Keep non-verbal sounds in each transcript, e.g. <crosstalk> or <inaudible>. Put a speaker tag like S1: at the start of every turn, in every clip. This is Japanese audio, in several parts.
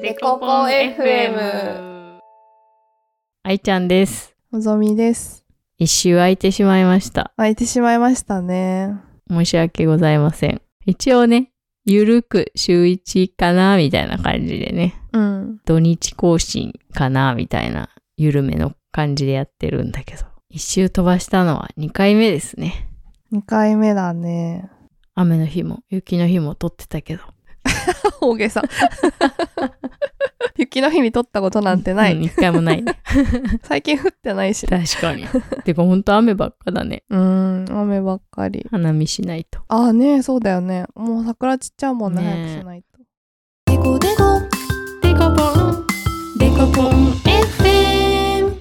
S1: デコポン FM。愛ちゃんです。
S2: のぞみです。
S1: 一周空いてしまいました。
S2: 開いてしまいましたね。
S1: 申し訳ございません。一応ね、ゆるく週1かな、みたいな感じでね。
S2: うん。
S1: 土日更新かな、みたいな、ゆるめの感じでやってるんだけど。一周飛ばしたのは2回目ですね。
S2: 2回目だね。
S1: 雨の日も雪の日も撮ってたけど。
S2: <laughs> 大げさ。雪の日に撮ったことなんてな
S1: うん
S2: い。
S1: 一回もな
S2: <laughs>
S1: いね。
S2: 最近降ってないし。
S1: 確かに。てかほんと雨ばっかだね。
S2: うん、雨ばっかり。
S1: 花見しないと。
S2: ああね、そうだよね。もう桜散っちゃうもんね、
S1: ね
S2: 早くしないと。
S1: デコデコデコポンデコポン FM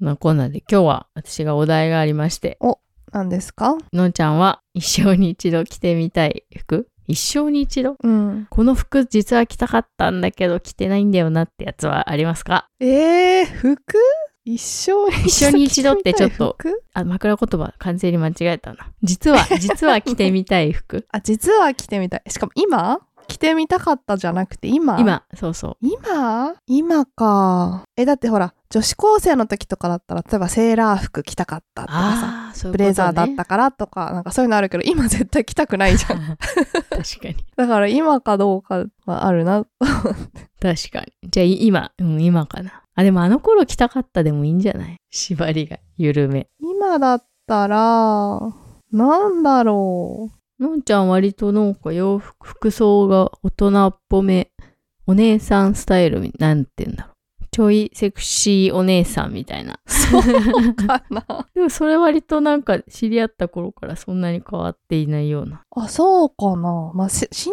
S1: なこんなんで今日は私がお題がありまして
S2: なんですか
S1: のんちゃんは一生に一度着てみたい服一生に一度
S2: うん。
S1: この服実は着たかったんだけど着てないんだよなってやつはありますか
S2: えー、服一生に
S1: 一生に一度ってちょっと
S2: 着てみたい服
S1: あ枕言葉完全に間違えたな
S2: <laughs>
S1: 実は実は着てみたい服
S2: あ、実は着てみたい。しかも今着てみたかったじゃなくて今
S1: 今そうそう
S2: 今今か。え、だってほら、女子高生の時とかだったら、例えばセーラー服着たかったとかさ、
S1: ああーそういう
S2: ブ
S1: こと、ね、
S2: レザーだったからとか、なんかそういうのあるけど、今絶対着たくないじゃん。
S1: <laughs>
S2: <laughs>
S1: 確かに
S2: だから今かどうかはあるな。
S1: 確かに。じゃあい今、うん、今かな。あ、でもあの頃着たかったでもいいんじゃない縛りが緩め。
S2: 今だったら、なんだろう。
S1: のんちゃん割となんか洋服、服装が大人っぽめ、お姉さんスタイルみ、なんて言うんだろう。ちょいセクシーお姉さんみたいな。
S2: そうかな。
S1: <laughs>
S2: <laughs>
S1: でもそれ割となんか知り合った頃からそんなに変わっていないような。
S2: あ、そうかな。まあ、し身長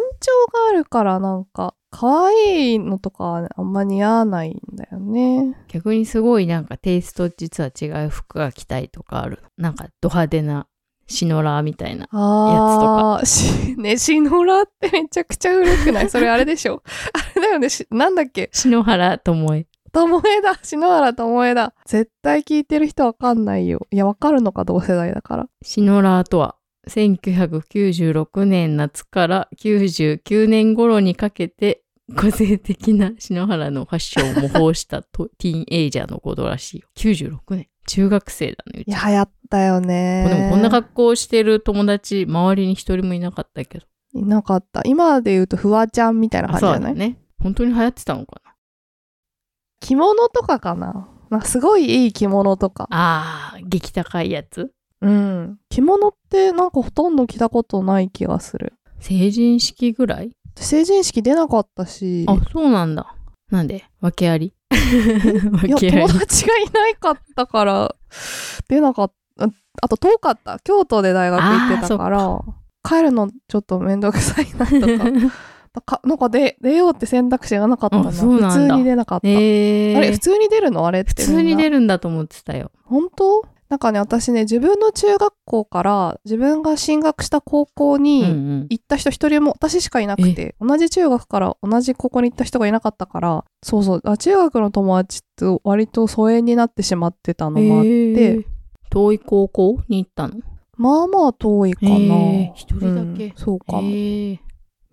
S2: があるから、なんか、可愛いのとかはね、あんま似合わないんだよね。
S1: 逆にすごいなんかテイスト実は違う服が着たいとかある。なんかド派手なシノラーみたいな。
S2: ああ、し、 <laughs> ね、シノラってめちゃくちゃ古
S1: <laughs>
S2: くないそれあれでしょあれだよね、しなんだっけ
S1: 篠原智恵。
S2: 友枝だ、篠原友枝だ。絶対聞いてる人わかんないよ。いや、わかるのか、同世代だから。
S1: シノラーとは1996年夏から99年頃にかけて個性的な篠原のファッションを模倣した
S2: <laughs>
S1: とティーンエイジャーのことらしいよ。96年。中学生だね。う
S2: い
S1: ち
S2: や、流行ったよね。
S1: でもこんな格好をしてる友達、周りに一人もいなかったけど。
S2: いなかった。今で言うと、フワちゃんみたいな感
S1: あ、
S2: じじ
S1: そう
S2: ゃない、
S1: だね。本当に流行ってたのかな
S2: 着物とかかな。なんかすごいいい着物とか。
S1: あー、激高いやつ。
S2: うん。着物ってなんかほとんど着たことない気がする。
S1: 成人式ぐらい
S2: 成人式出なかったし。
S1: あ、そうなんだ。なんで訳あり
S2: いや
S1: <laughs> 訳あ
S2: 友
S1: り。
S2: 達がいないかったから出なかったああと遠かった京都で大学行ってたから帰るのちょっと面倒くさいなと
S1: <laughs>
S2: かだかなんかで出ようって選択肢がなかったな
S1: あそうなんだ
S2: 普通に出なかった、
S1: えー、
S2: あれ普通に出るのあれって
S1: 普通に出
S2: る
S1: るんだと思ってたよ。
S2: 本当なんかね私ね自分の中学校から自分が進学した高校
S1: うん
S2: に
S1: うん
S2: 行った人一人も私しかいなくて同じ中学から同じ高校に行った人がいなかったからそうそうあ中学の友達と割と疎遠になってしまってたのもあって、
S1: えー遠い高校に行ったの
S2: まあまあ遠いかな。
S1: えー一人だけ
S2: うんそうかも、
S1: えー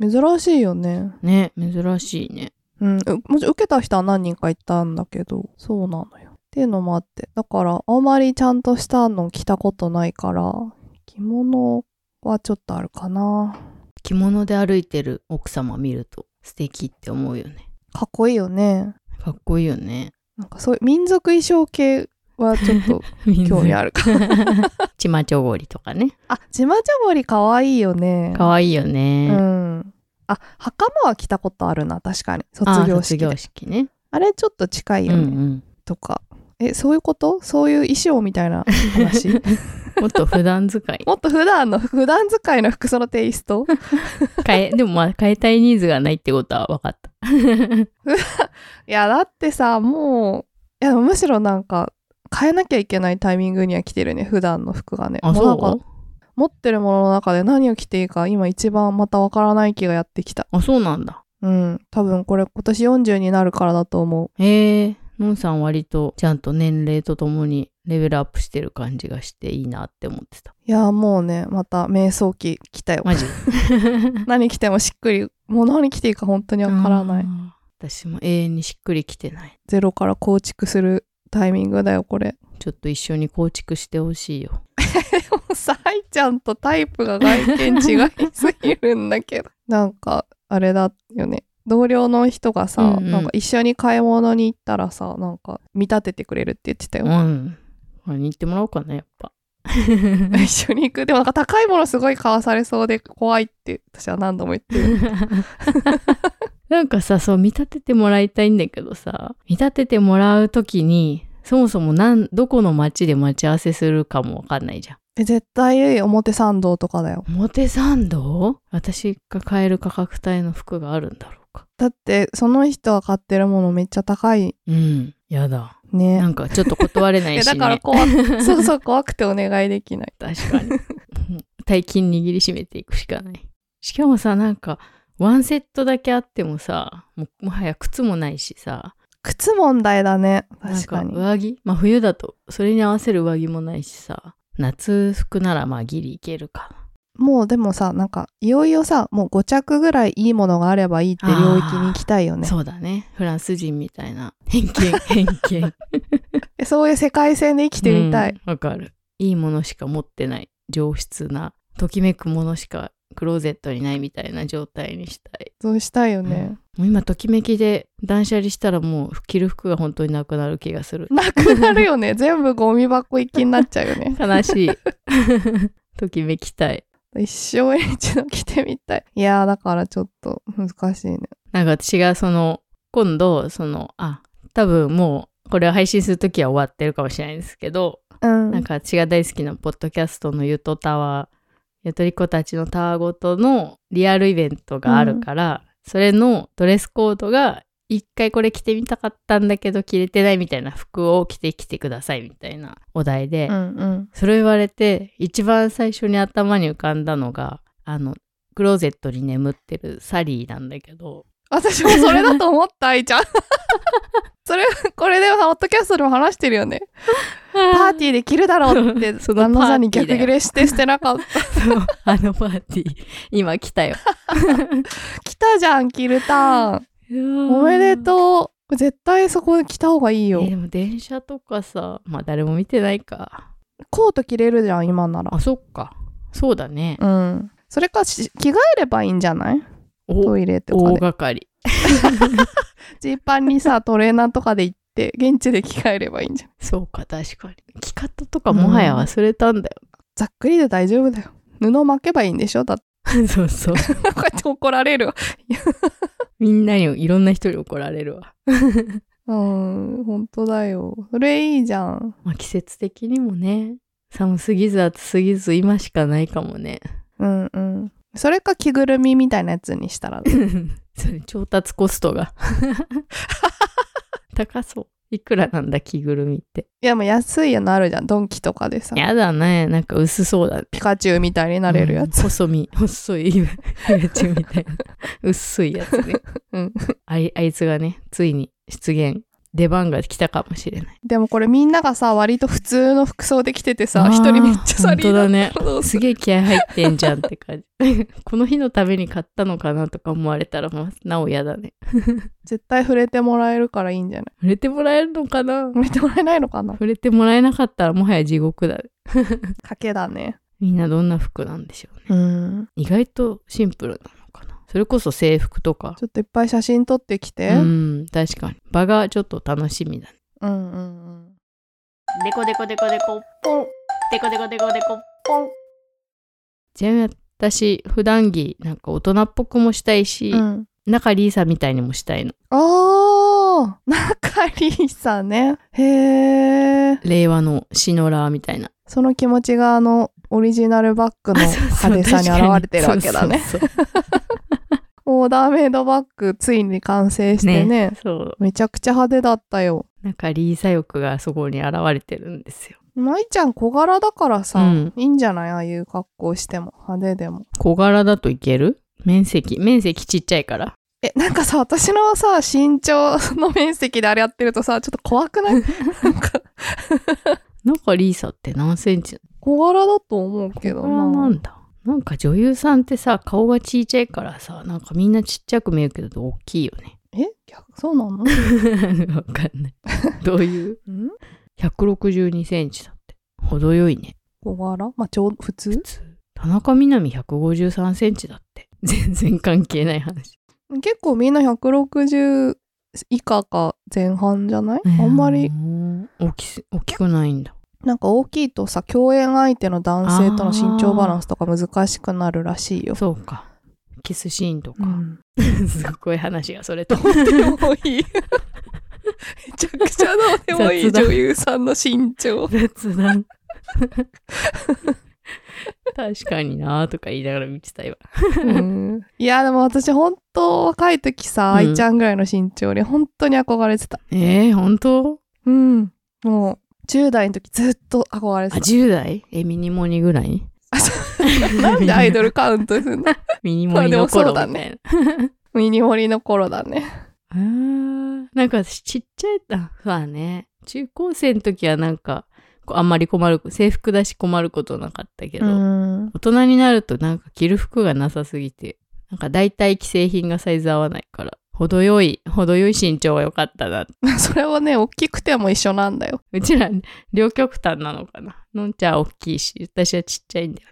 S2: 珍しいよね。
S1: ね珍しいね。
S2: うん。うもちろん受けた人は何人かいたんだけど、そうなのよ。っていうのもあって。だから、あんまりちゃんとしたの着たことないから、着物はちょっとあるかな。
S1: 着物で歩いてる奥様見ると素敵って思うよね。
S2: かっこいいよね。
S1: かっこいいよね。
S2: なんかそういう民族衣装系はちょっと興味あ
S1: る。
S2: るか。
S1: ちまちょごりとかね。
S2: あ、ちまちゃぼりかわいいよね。
S1: かわいいよね。
S2: うん。あ、袴は着たことあるな、確かに。
S1: あ
S2: 卒
S1: ー
S2: 業
S1: 卒
S2: 式で。
S1: 業
S2: あ
S1: 式ね。
S2: れちょっと近いよ
S1: う
S2: ね。
S1: んうん。
S2: とか。え、そういうことそういう衣装みたいな話
S1: <laughs> もっと普段使い。
S2: もっと普段の、普段使いの服装のテイス
S1: <laughs>
S2: ト
S1: 変え、でもまあ変えたいニーズがないってことは分かった。
S2: いや、だってさ、もう、いや、むしろなんか、変えなきゃいけないタイミングには来てるね、普段の服がね。
S1: あ、
S2: もうなん
S1: そう
S2: か持ってるものの中で何を着ていいか、今一番またわからない気がやってきた。
S1: あ、そうなんだ。
S2: うん。多分これ今年40になるからだと思う。
S1: へえムンさん割とちゃんと年齢とともにレベルアップしてる感じがしていいなって思ってた。
S2: いやーもうねまた瞑想期来たよ
S1: マジ
S2: 何着てもしっくりもう何着ていいか本当にわからない
S1: あー私も永遠にしっくりきてない。
S2: ゼロから構築するタイミングだよこれ <laughs>
S1: ちょっと一緒に構築してほしいよ。
S2: でもさ愛ちゃんとタイプが外見違いすぎるんだけど <laughs> なんかあれだよね同僚の人がさ、
S1: うんうん
S2: なんか一緒に買い物に行ったらさなんか見立ててくれるって言ってたよ、
S1: うん。これに行ってもらおうかな、やっぱ。 <laughs>
S2: <laughs> 一緒に行くでもなんか高いものすごい買わされそうで怖いって私は何度も言って
S1: <laughs>
S2: る
S1: なんかさ、そう、見立ててもらいたいんだけどさ、見立ててもらうときに、そもそもなんどこの街で待ち合わせするかもわかんないじゃん。
S2: え絶対表参道とかだよ
S1: 表参道私が買える価格帯の服があるんだろうか。
S2: だってその人が買ってるものめっちゃ高い
S1: うん。やだ。な
S2: ね
S1: んかちょっと断れない
S2: え
S1: し、ね。
S2: だから怖
S1: <laughs>
S2: くそうそう怖くてお願いできない
S1: 確かに。うん大金握りしめていくしかない。しかもさ、なんか、ワンセットだけあってもさ、ももはや靴もないしさ、
S2: 靴問題だね確か
S1: なん
S2: に
S1: か上着、まあ冬だとそれに合わせる上着もないしさ、夏服ならまあギリいけるか。
S2: もうでもさなんかいよいよさもう5着ぐらいいいものがあればいいって領域に行きたいよね
S1: そうだね。フランス人みたいな。偏
S2: <laughs>
S1: 見、偏見。
S2: えそういう世界線で生きてみたい、
S1: うんわ、かる。いいものしか持ってない。上質な、ときめくものしかクローゼットにないみたいな状態にしたい。
S2: そうしたいよね、
S1: もう今ときめきで断捨離したらもう着る服が本当になくなる気がする
S2: なくなるよね <laughs> 全部ゴミ箱行きになっちゃうよね
S1: 悲しい <laughs> ときめきたい
S2: 一生一度着てみたいいやーだからちょっと難しいね
S1: なんか私がその今度そのあ多分もうこれを配信するときは終わってるかもしれないんですけど、
S2: うん
S1: なんか私が大好きなポッドキャストのゆとたわゆとり子たちのタワごとのリアルイベントがあるから、それのドレスコードが一回これ着てみたかったんだけど着れてないみたいな服を着てきてくださいみたいなお題で、
S2: うんうん
S1: それ言われて一番最初に頭に浮かんだのがあのクローゼットに眠ってるサリーなんだけど
S2: 私もそれだと思った愛ち
S1: <laughs>
S2: ゃんそれこれでもホットキャストでも話してるよねパーティーで着るだろうって
S1: <laughs> その
S2: 旦那さんに
S1: パ
S2: 逆
S1: ーティーだよ
S2: ギレして捨てなかった
S1: <laughs> そうあのパーティー今来たよ
S2: 来たじゃん、キルタン。おめで
S1: う
S2: とう。絶対そこで来た方がいいよ
S1: え。でも電車とかさまあ誰も見てないか
S2: コート着れるじゃん、今なら
S1: あ。そっかそうだね
S2: うん。それかし着替えればいいんじゃない
S1: お
S2: ト
S1: 大
S2: イレとかで。
S1: 掛かり
S2: ジーパンにさ、トレーナーとかで行って、現地で着替えればいいんじゃん。
S1: そうか確かに着方とかもはや忘れたんだよ、
S2: ざっくりで大丈夫だよ。布巻けばいいんでしょ
S1: <laughs>
S2: だって
S1: そうそう
S2: こうやって怒られるわ。
S1: みんなにいろんな人に怒られるわ、
S2: うん、本当だよ。それいいじゃん。
S1: まあ、季節的にもね寒すぎず暑すぎず今しかないかもね
S2: うんうん。それか着ぐるみみたいなやつにしたら、
S1: <laughs> それ調達コストが高そういくらなんだ着ぐるみって
S2: いやもう安いやのあるじゃん。ドンキとかでさ、
S1: やだねなんか薄そうだね
S2: ピカチュウみたいになれるやつ。
S1: うん細身細いやつみた
S2: <laughs>
S1: いな薄いやつね、
S2: うん
S1: あいあいつがねついに出現出番が来たかもしれない
S2: でもこれみんながさ割と普通の服装で着てて
S1: あ
S2: さ
S1: ー
S2: 一人めっちゃサリーだったらどうす
S1: す
S2: る
S1: げえ気合入ってんじゃんって感じ <laughs> この日のために買ったのかなとか思われたらまあなおやだね
S2: 絶対触れてもらえるからいいんじゃない
S1: 触れてもらえるのかな
S2: 触れてもらえないのかな
S1: 触れてもらえなかったらもはや地獄だね
S2: 賭けだね
S1: みんなどんな服なんでしょうね
S2: うん
S1: 意外とシンプルなのかなそれこそ制服とか
S2: ちょっといっぱい写真撮ってきて、
S1: うん確かに場がちょっと楽しみだね
S2: うんうんうん
S1: デコデコデコデコ
S2: ポン
S1: デコデコデコデコ
S2: ポン
S1: ちなみに私普段着なんか大人っぽくもしたいし、
S2: うん
S1: 中リーサみたいにもしたいの
S2: あー中里依さんねへえ
S1: 令和のシノラーみたいな
S2: その気持ちがあのオリジナルバッグの
S1: あ <laughs> そうそ
S2: 派
S1: う
S2: 手さに
S1: 確か
S2: 現れてるわけだね
S1: そうそうそう
S2: オーダーメイドバッグついに完成してね
S1: そう
S2: めちゃくちゃ派手だったよ
S1: なんかリーサ欲がそこに現れてるんですよ
S2: 舞ちゃん小柄だからさ、
S1: うん
S2: いいんじゃないああいう格好しても派手でも
S1: 小柄だといける面積面積ちっちゃいから
S2: え、なんかさ、私のさ、身長の面積であれやってるとさ、ちょっと怖くない
S1: <laughs>
S2: なんか、
S1: なんかリーサって何センチ
S2: 小柄だと思うけど
S1: 小柄なんだ。なんか女優さんってさ、顔がちいちゃいからさ、なんかみんなちっちゃく見えるけど大きいよね。 <laughs>
S2: え逆そうなの <laughs>
S1: わかんない。どう <laughs> いうん ?162 センチだって。程よいね。
S2: 小柄まあ、ちょうど普通
S1: 普通。田中みな実153センチだって。 <laughs> 全然関係ない話。
S2: 結構みんな160以下か前半じゃないあんまり、
S1: 大きす大きくないんだ。
S2: なんか大きいとさ、共演相手の男性との身長バランスとか難しくなるらしいよ。
S1: そうか。キスシーンと
S2: う
S1: か。
S2: ん。
S1: <laughs>
S2: <laughs>
S1: すっごい話がそ <laughs> れと。
S2: でもいい。めちゃくちゃどうでもいい
S1: 雑談
S2: 女優さんの身長。
S1: 雑談。 <laughs> 確かになーとか言いながら見てたよ。
S2: うんいや、でも私本当若い時さ、
S1: うん
S2: 愛ちゃんぐらいの身長に本当に憧れてた。
S1: えー、本当
S2: うん。もう、10代の時ずっと憧れ
S1: あ、
S2: てた。
S1: 10代え、ミニモニぐらい
S2: なんでアイドルカウントするの <laughs>
S1: ミニモニの頃み
S2: ま
S1: た
S2: あ
S1: い
S2: でもそうだ
S1: な。
S2: ミニモリの頃だね。
S1: あーなんか私ちっちゃい、あ、そうだね。中高生の時はなんか、こうあんまり困る、制服だし困ることなかったけど、
S2: うん。
S1: 大人になるとなんか着る服がなさすぎて、なんか大体既製品がサイズ合わないから、程よい、程よい身長が良かったな。
S2: <laughs> それはね、大きくても一緒なんだよ。
S1: うちら、両極端なのかな。のんちゃんは大きいし、私はちっちゃいんだよ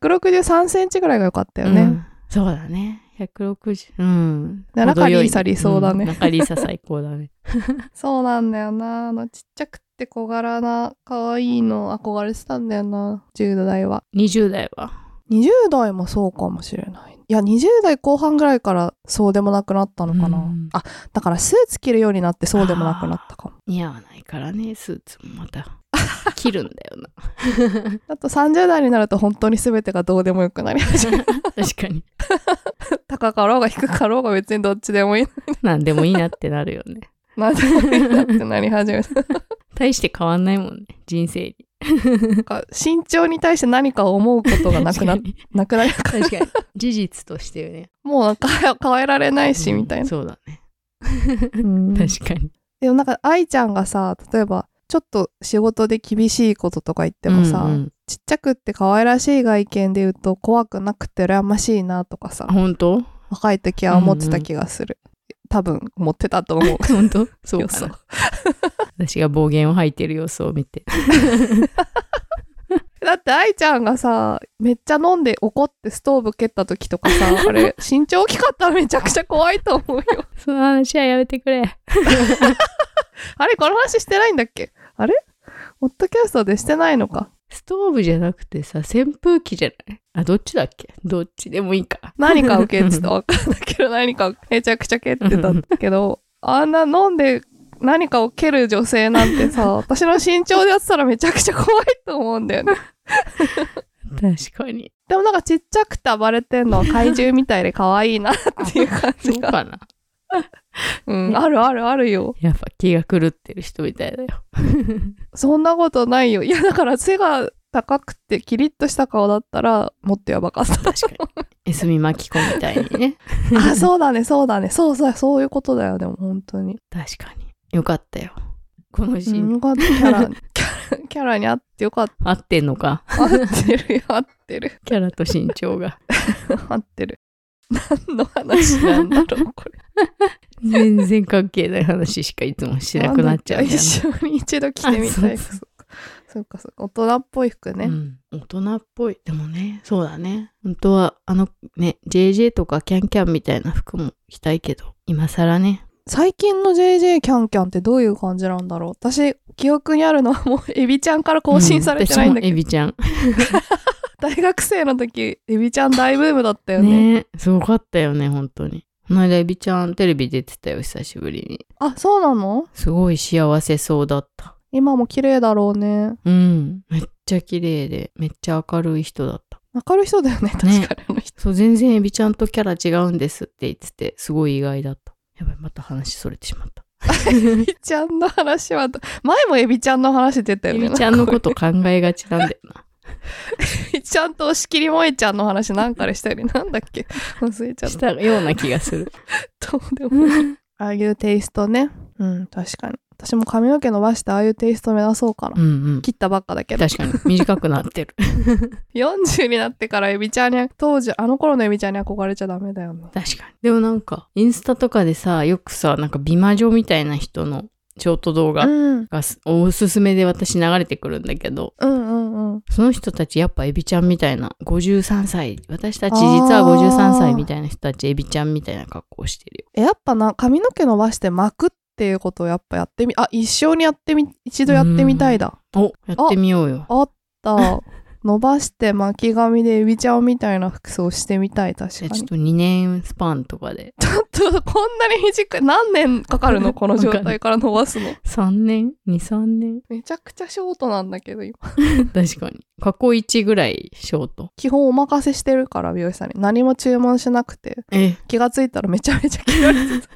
S2: 163センチぐらいが良かった
S1: な。
S2: よね。
S1: うんそうだね。160、うん。
S2: な中
S1: 程よい
S2: リーサ理想だね
S1: うん中リーサ最高だね。
S2: そうなんだよな。あの、ちっちゃくて小柄な、可愛いの憧れてたんだよな、10代は。
S1: 20代は。
S2: 20代もそうかもしれない。いや、20代後半ぐらいからそうでもなくなったのかな。
S1: うん
S2: あ、だからスーツ着るようになってそうでもなくなったかも。
S1: 似合わないからね、スーツもまた。着るんだよな。 <laughs>
S2: あと30代になると本当に全てがどうでもよくなり始める。
S1: 確かに。
S2: 高かろうが低かろうが別にどっちでもいい。
S1: なんでもいいなってなるよね。
S2: なんでもいいなってなり始
S1: <laughs>
S2: めた。
S1: 大して変わんないもんね、人生に。
S2: なんか身長に対して何かを思うことがなくな
S1: 確かに
S2: なくなり
S1: 確かに。事実としてよね。
S2: もうなんか変え変えられないし、みたい
S1: うん
S2: な。
S1: そうだね。
S2: うん
S1: 確かに。
S2: でもなんか愛ちゃんがさ例えばちょっと仕事で厳しいこととか言ってもさ、
S1: うんうん
S2: ちっちゃくって可愛らしい外見で言うと怖くなくて羨ましいなとかさ
S1: あ本当
S2: 若い時は思ってた気がする、多分思ってたと思う
S1: 本当そう
S2: よ <laughs>
S1: か
S2: そ
S1: な。私が暴言を吐いてる様子を見て。 <laughs>
S2: だって愛ちゃんがさめっちゃ飲んで怒ってストーブ蹴った時とか <laughs> さあれ身長大きかったらめちゃくちゃ怖いと思うよ
S1: その話はやめてくれ。
S2: あれこの話してないんだっけあれホットキャストでしてないのか
S1: ストーブじゃなくてさ、扇風機じゃないあ、どっちだっけどっちでもいいか。
S2: 何かを蹴ってたわかんないけど何かをめちゃくちゃ蹴ってたんだけどあんな飲んで何かを蹴る女性なんて
S1: <laughs>
S2: さ私の身長でやってたらめちゃくちゃ怖いと思うんだよね
S1: 確かに。
S2: でもなんかちっちゃくて暴れてんのは怪獣みたいで可愛いなっていう感
S1: <laughs> そ
S2: じ
S1: う
S2: が、
S1: かな。
S2: うん、あるあるあるよ
S1: やっぱ気が狂ってる人みた
S2: <laughs>
S1: いだよ。
S2: そんなことないよいやだから背が高くてキリッとした顔だったらもっとやばかった
S1: <laughs> 確かに。エスミマキコみたい
S2: <laughs>
S1: にね。
S2: あそうだねそうだねそうそうそういうことだよでも本当に
S1: 確かに。よかったよ。このシーン、
S2: よかったキャラキャラキャラに合ってよかった
S1: 合ってんのか。
S2: 合ってるよ、合ってる。
S1: キャラと身
S2: <laughs>
S1: 長が。
S2: 合ってる。何の話なんだ
S1: <laughs>
S2: ろう、これ。
S1: 全然関係ない話しかいつもしなくなっちゃうじゃん。
S2: 一緒に一度着てみたい。
S1: <laughs> あ
S2: そか
S1: そう
S2: そうか、そうか。大人っぽい服ね。
S1: うん、大人っぽい。でもね、そうだね。本当は、あのね、JJ とかキャンキャンみたいな服も着たいけど、今更ね。
S2: 最近の JJ キャンキャンってどういう感じなんだろう。私、記憶にあるのはもう、エビちゃんから更新されてないんだけど、
S1: ど。私もエビちゃん。
S2: 大学生の時、エビちゃん大ブームだったよね。
S1: ねすごかったよね、本当に。この間エビちゃんテレビ出てたよ、久しぶりに。
S2: あ、そうなの
S1: すごい幸せそうだった。
S2: 今も綺麗だろうね。
S1: うん。めっちゃ綺麗で、めっちゃ明るい人だった。
S2: 明るい人だよね、確かに
S1: ね
S2: あの人。
S1: そう、全然エビちゃんとキャラ違うんですって言ってて、すごい意外だった。やばい、また話それてしまった。
S2: エビちゃんの話はど、前もエビちゃんの話出たよ
S1: エ
S2: ね。 <laughs>
S1: ビちゃんのこと考えがちなんだよな。
S2: ちゃんと押し切り萌えちゃんの話なんかでしたよね。なんだっけ忘れちゃっ。
S1: したたような気が
S2: <laughs>
S1: する。
S2: どうでもいい。 <laughs> ああいうテイストね。うん、確かに。私も髪の毛伸ばしてああいうテイスト目指そうかな。
S1: うんうん。
S2: 切ったばっかだけど。
S1: 確かに短くなって
S2: <laughs>
S1: る。
S2: 40になってからエビちゃんに、当時、あの頃のエビちゃんに憧れちゃダメだよね。
S1: 確かに。でもなんか、インスタとかでさ、よくさ、なんか美魔女みたいな人のショート動
S2: う
S1: 画
S2: ん。
S1: がすおすすめで私流れてくるんだけど、
S2: うんうんうん。
S1: その人たちやっぱエビちゃんみたいな、53歳、私たち実は53歳みたいな人たちエビちゃんみたいな格好してるよ。
S2: えやっぱな、髪の毛伸ばして巻くっていうことをやっぱやってみ、あ、一生にやってみ、一度やってみたいだ。
S1: お、やってみようよ。
S2: あった。伸ばして巻き髪でエビちゃんみたいな服装してみたい、確
S1: じ
S2: か
S1: ゃあちょっ
S2: に。
S1: と2年スパンとかで。
S2: ちょっとこんなに短い。何年かかる <laughs> のこの状態から伸ばすの。
S1: 3年 ?2、3年
S2: <laughs> めちゃくちゃショートなんだけど、今。
S1: 確かに。過去1ぐらいショート。
S2: <laughs> 基本お任せしてるから、美容師さんに。何も注文しなくて。
S1: え、
S2: 気がついたらめちゃめちゃ切られてた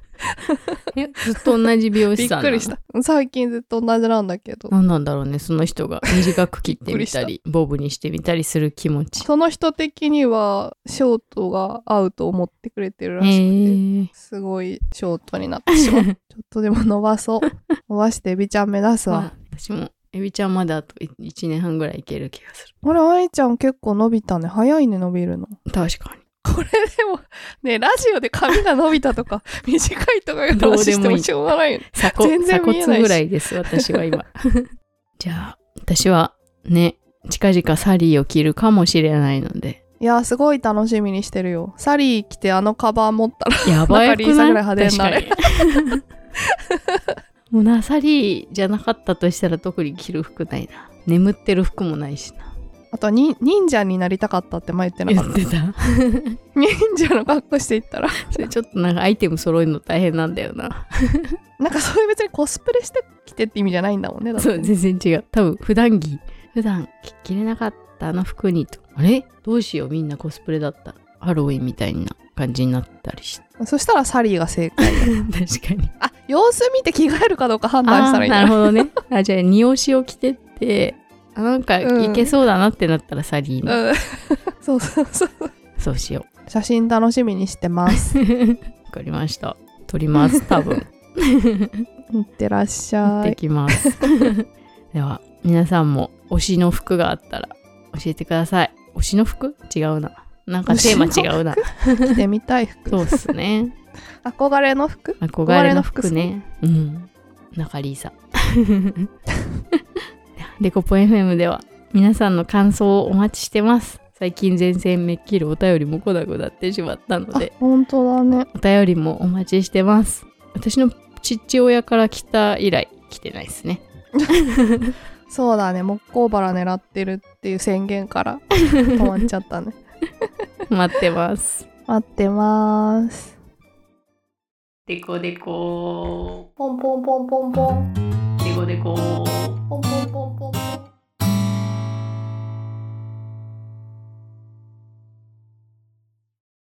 S1: えずっと同じ美容
S2: <laughs> び
S1: 師
S2: っ
S1: さんなの
S2: くりした。最近ずっと同じなんだけど。
S1: 何なんだろうねその人
S2: <laughs>
S1: が短く切ってみた
S2: び
S1: りボブにしてみたりする気持ち。
S2: その人的には、ショートが合うと思ってくれてる
S1: え
S2: らしくて。
S1: ー、
S2: すごいショートになって <laughs> しまう。ちょっとでも伸ばそう。伸ばしてエビちゃん目指す <laughs> わ。
S1: まあ私もエビちゃんまだあと1年半ぐらいいける気がする。
S2: あれ、あいちゃん結構伸びたね。早いね、伸びるの。
S1: 確かに。
S2: これ <laughs> でも、ね、ラジオで髪が伸びたと <laughs> か、短いとかいう話してもしょうがないよね。
S1: 鎖骨
S2: 全然見えないし
S1: 鎖骨ぐらいです私
S2: <laughs>
S1: は今。じゃあ私はね近々サリーを着るかもしれないので
S2: いや、すごい楽しみにしてるよ。サリー着てあのカバー持ったら、 <laughs>
S1: やばいく
S2: なんかリーサ
S1: ない
S2: ぐらい派手になれ
S1: 確か
S2: <laughs>
S1: にもうなサリーじゃなかったとしたら特に着る服ないな。眠ってる服もないしな。
S2: あとはに忍者になりたかったって <laughs> 前言ってな
S1: 言
S2: かっ
S1: ってた。
S2: た。 <laughs> 忍者の格好していったら、 <laughs>
S1: それちょっとなんかアイテム揃えるの大変なんだよな。
S2: なんかそういう別にコスプレしてきてって意味じゃないんだもんね。だって
S1: <laughs> そう、全然違う。多分、普段着、普段着着れなかったあの服にと、あれどうしよう、みんなコスプレだった。ハロウィンみたいな感じになったりして。
S2: そしたらサリーが正解。
S1: <laughs> 確かに。
S2: <laughs> あ、様子見て着替えるかどうか判断
S1: あ
S2: したらい
S1: ー
S2: いんだ
S1: なるほどね。 <laughs> あ、じゃあ、二押しを着てって、あなんか、
S2: うん
S1: いけそうだなってなったらサリーに、
S2: うん <laughs> そうそうそう。
S1: そうしよ
S2: 写真楽しみにしてます。
S1: う。 <laughs> わかりました。撮ります、多 <laughs> 分。
S2: いってらっし
S1: 行っ
S2: ゃ
S1: て
S2: い。
S1: きます。 <laughs> では、皆さんも推しの服があったら教えてください。推しの服違うな。なんかテーマ違うな。
S2: 着てみたい服。
S1: そうっす <laughs> ね。
S2: 憧れの服
S1: 憧れの服ね。うん。中リーサ。 <laughs> デコポン FM では皆さんの感想をお待ちしてます。最近全然めっきりお便りも来なくなってしまったの
S2: あ
S1: で、、
S2: 本当だね。
S1: お便りもお待ちしてます。私の父親から来た以来来てないですね。
S2: そうだね。木工バラ狙ってるっていう宣言から <laughs> 止まっちゃったね。
S1: 待ってます。
S2: 待ってます。
S1: デコデコ
S2: ポンポンポンポンポン。
S1: デコデ
S2: ポ
S1: コ
S2: ンポンポンポンポン。